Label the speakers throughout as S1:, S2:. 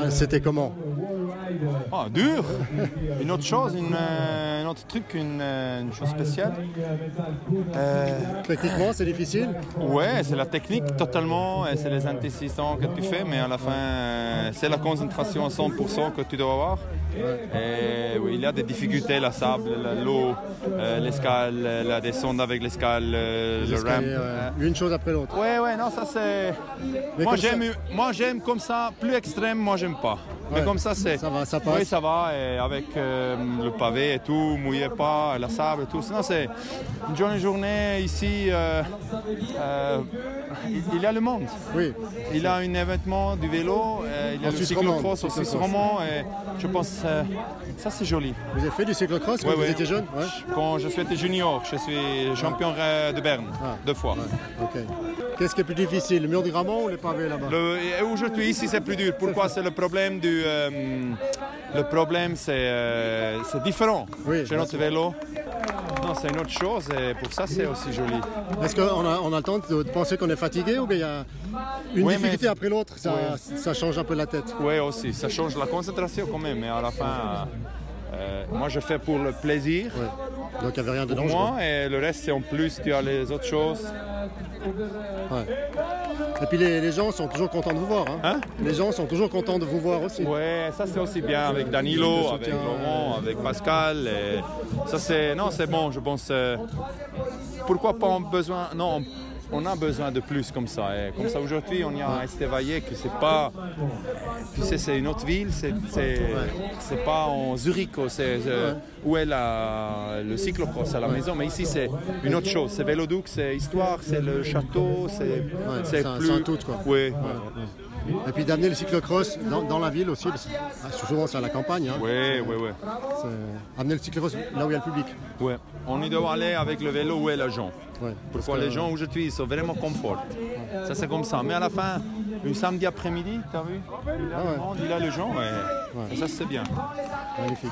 S1: Ah, C'était comment
S2: Ah, dur Une autre chose, une, euh, un autre truc, une, euh, une chose spéciale. Euh,
S1: Techniquement, c'est difficile
S2: ouais, c'est la technique totalement, et c'est les antécédents que tu fais, mais à la fin, euh, c'est la concentration à 100% que tu dois avoir. Et oui, il y a des difficultés, la sable, la- l'eau, euh, l'escale, la descente avec l'escale, euh, le ramp.
S1: Escalier, euh, Une chose après l'autre.
S2: Ouais, ouais, non, ça c'est.
S1: Mais
S2: Moi
S1: comme ça-
S2: j'aime, moi j'aime comme ça, plus extrême, moi j'aime pas.
S1: Ouais.
S2: Mais comme ça c'est.
S1: Ça va, ça passe.
S2: Oui, ça va, et avec euh, le pavé et tout, mouillez pas, la sable et tout. Sinon, c'est une journée, journée ici. euh, euh, il- il y a le monde.
S1: Oui.
S2: Il y a un événement du vélo, euh, il y a
S1: En
S2: le
S1: Suisse romande,
S2: cyclocross aussi,
S1: cyclocross.
S2: Suisse romand, et je pense euh, ça c'est joli.
S1: Vous avez fait du cyclocross quand
S2: Ouais,
S1: vous
S2: ouais.
S1: étiez jeune Ouais.
S2: Quand je suis junior, je suis champion euh, de Berne,
S1: Ah.
S2: deux fois.
S1: Ok. Qu'est-ce qui est plus difficile, le mur du Grammont ou les pavés là-bas
S2: Le- et Aujourd'hui, ici, c'est plus dur. Pourquoi C'est le problème du. euh, le problème, c'est euh, c'est différent
S1: Oui,
S2: chez
S1: bien
S2: notre vélo. Non, c'est une autre chose et pour ça, c'est aussi joli.
S1: Est-ce qu'on a, on a le temps de de penser qu'on est fatigué ou bien il y a une
S2: Ouais,
S1: difficulté
S2: mais-
S1: après l'autre ça, ça change un peu la tête.
S2: Oui, aussi. Ça change la concentration quand même. Mais à la fin, euh, euh, moi, je fais pour le plaisir.
S1: Ouais. Donc il n'y avait rien de
S2: pour
S1: dangereux.
S2: Moi et le reste c'est en plus tu as les autres choses.
S1: Ouais. Et puis les, les gens sont toujours contents de vous voir. hein.
S2: Hein
S1: les gens sont toujours contents de vous voir aussi.
S2: Ouais, ça c'est aussi bien avec
S1: Le soutien,
S2: Danilo,
S1: euh,
S2: avec Laurent, avec Pascal. et ça c'est non c'est bon je pense. euh, pourquoi pas on besoin non on a besoin de plus comme ça. et comme ça aujourd'hui on y a Estevayé qui c'est pas tu sais c'est une autre ville c'est c'est c'est pas en Zurich oh, c'est euh, où est la, le cyclocross à la maison mais ici c'est une autre chose c'est Véloduc c'est histoire c'est le château c'est
S1: c'est un- c'est un tout, quoi.
S2: Ouais, ouais.
S1: Et puis d'amener le cyclocross dans, dans la ville aussi. parce que, ah, souvent c'est à la campagne. hein.
S2: ouais ouais ouais.
S1: C'est- Amener le cyclocross là où il y a le public.
S2: Ouais, on y doit aller avec le vélo où est la gens.
S1: Ouais.
S2: Pourquoi les gens aujourd'hui ils sont vraiment confort. Ça c'est comme ça. Mais à la fin, un samedi après-midi, t'as vu Il a
S1: Ah ouais.
S2: le monde, il a les gens. Et...
S1: Ouais.
S2: et ça c'est bien.
S1: Magnifique.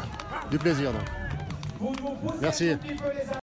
S1: Du plaisir donc. Merci.
S3: Un petit peu les amis.